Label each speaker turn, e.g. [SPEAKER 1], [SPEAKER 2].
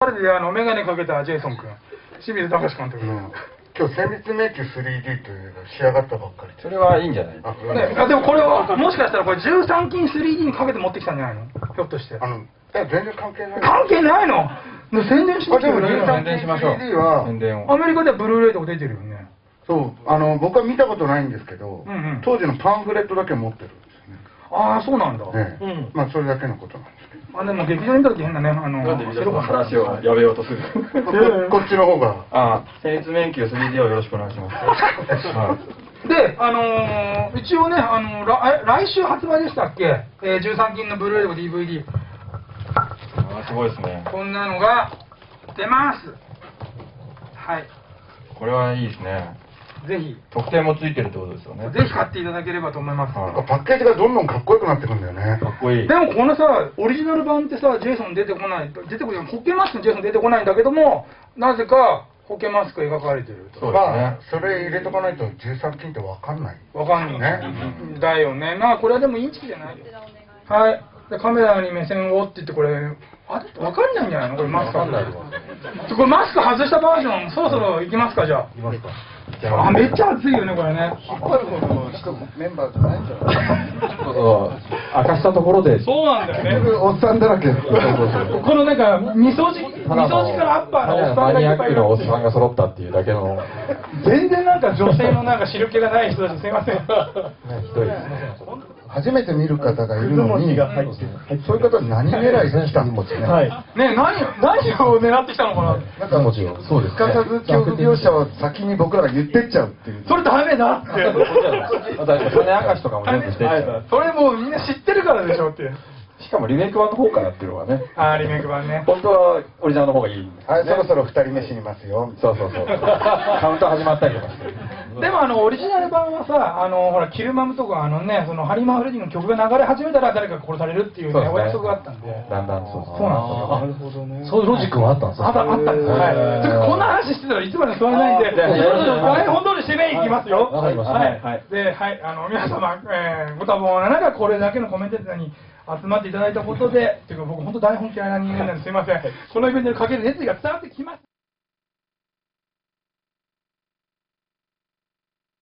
[SPEAKER 1] マルであの眼鏡かけたジェイソン君、清水隆監督、
[SPEAKER 2] うん今日、精密迷宮 3D というのが仕上がったばっかり
[SPEAKER 3] それはいいんじゃない
[SPEAKER 2] あ
[SPEAKER 1] ね、あでもこれは、もしかしたらこれ、13金 3D にかけて持ってきたんじゃないの、ひょっとして。
[SPEAKER 2] あの、いや、全然関係ない。
[SPEAKER 1] 関係ないの宣伝しな
[SPEAKER 2] あ
[SPEAKER 1] きゃ
[SPEAKER 2] で
[SPEAKER 1] いけな
[SPEAKER 2] も、
[SPEAKER 1] いの
[SPEAKER 2] 13
[SPEAKER 3] 宣伝しましょう
[SPEAKER 2] 3D は、
[SPEAKER 3] 宣伝を
[SPEAKER 1] アメリカではブルーレイとか出てるよね。
[SPEAKER 2] そう、あの、僕は見たことないんですけど、
[SPEAKER 1] うんうん
[SPEAKER 2] 当時のパンフレットだけ持ってるんです
[SPEAKER 1] ああ、そうなんだ。
[SPEAKER 2] よね。
[SPEAKER 1] う
[SPEAKER 2] ね
[SPEAKER 1] ん。
[SPEAKER 2] まあ、それだけのことなんですけ
[SPEAKER 1] あ、でも劇場にいた時変だね。あの、
[SPEAKER 3] なんで皆さんの
[SPEAKER 1] 白かっ
[SPEAKER 3] 話をやめようとする
[SPEAKER 2] ど、
[SPEAKER 1] ええ
[SPEAKER 2] ここっちの方が、
[SPEAKER 3] ああ精密免許 3D をよろしくお願いしますはい
[SPEAKER 1] たで、あのー一応ね、あのーらえ来週発売でしたっけ、えー、13金のブルーレイと DVD。
[SPEAKER 3] ああすごいですね
[SPEAKER 1] こんなのが出ます。はい。
[SPEAKER 3] これはいいですね
[SPEAKER 1] ぜひ、
[SPEAKER 3] 特典もついてるってことですよね
[SPEAKER 1] ぜひ買っていただければと思います。
[SPEAKER 2] なんか
[SPEAKER 3] は
[SPEAKER 2] パッケージがどんどんかっこよくなってくんだよね
[SPEAKER 3] い。かっこいい
[SPEAKER 1] でもこのさ、オリジナル版ってさ、ジェイソン出てこない、出てこない、ホッケマスクのジェイソン出てこないんだけども、なぜかホッケマスク描かれてる
[SPEAKER 3] そうですね
[SPEAKER 2] まあ、それ入れとかないと13金ってわかんない。
[SPEAKER 1] と。わかんない。
[SPEAKER 2] ね
[SPEAKER 1] だよね。まあ、これはでもインチキじゃないよ。はい。でカメラに目線をって言ってこれ、あれわかんないんじゃないのこれマスク。
[SPEAKER 3] わかんないわ
[SPEAKER 1] これマスク外したバージョン、そろそろ行きますか、じゃあ。
[SPEAKER 3] いきますかじゃ
[SPEAKER 1] あ、
[SPEAKER 3] あ
[SPEAKER 1] めっちゃ暑いよね、これね。
[SPEAKER 4] メンバーじゃないんじゃない
[SPEAKER 3] そうそう明かしたところで
[SPEAKER 1] そうなんだよね。
[SPEAKER 4] おっさんだらけ。
[SPEAKER 1] このなんか、みそじ、みそじ
[SPEAKER 3] ただの
[SPEAKER 1] からアッパーのおっさん
[SPEAKER 3] マ
[SPEAKER 1] が
[SPEAKER 3] ニ
[SPEAKER 1] い
[SPEAKER 3] ア
[SPEAKER 1] っぱ
[SPEAKER 3] ッ
[SPEAKER 1] いい
[SPEAKER 3] ク
[SPEAKER 1] る
[SPEAKER 3] なおっさんが揃ったっていうだけの、ね、
[SPEAKER 1] 全然なんか女性のなんか汁気がない人たちすいません。
[SPEAKER 3] ひどいですね
[SPEAKER 2] 初めて見る方がいるのに、そういう方は何狙いしてきたんですね。
[SPEAKER 1] ね何を何を狙ってきたのかな。
[SPEAKER 2] なんか、
[SPEAKER 3] そうです
[SPEAKER 2] すかさず恐怖描写を先に僕らが言ってっちゃうっていう。
[SPEAKER 1] それダメだって。
[SPEAKER 3] またお金明かしとかも全部していっちゃう
[SPEAKER 1] それもうみんな知ってるからでしょっていう。
[SPEAKER 3] しかもリメイク版の方からっていうのがね
[SPEAKER 1] あーリメイク版ね。
[SPEAKER 3] 本当はオリジナルの方がいいんです
[SPEAKER 2] はい、そろそろ二人目死にますよ。
[SPEAKER 3] そうそうそうカウント始まったりとかして
[SPEAKER 1] でもあのオリジナル版はさ、あのほらキルマムとかあのね、そのハリマフレディの曲が流れ始めたら誰かが殺されるっていうね
[SPEAKER 3] そうですね
[SPEAKER 1] お約束があったんで。
[SPEAKER 3] だんだんそう
[SPEAKER 1] そうなんですよ。
[SPEAKER 5] そういうロジックもあったんです
[SPEAKER 1] あったあったんです。はい。ちょっとこんな話してたらいつまで座れないんで、
[SPEAKER 3] あーいやいや
[SPEAKER 1] 台
[SPEAKER 3] いや
[SPEAKER 1] 本通り締めいきますよ。
[SPEAKER 3] わかりました
[SPEAKER 1] はい。
[SPEAKER 3] はい
[SPEAKER 1] で、はい、あの皆様、えーご多忙な中これだけのコメンテーターに集まっていただいたことで、っていうか僕本当台本嫌いな人間なんですいません。このイベントにかける熱意が伝わってきます。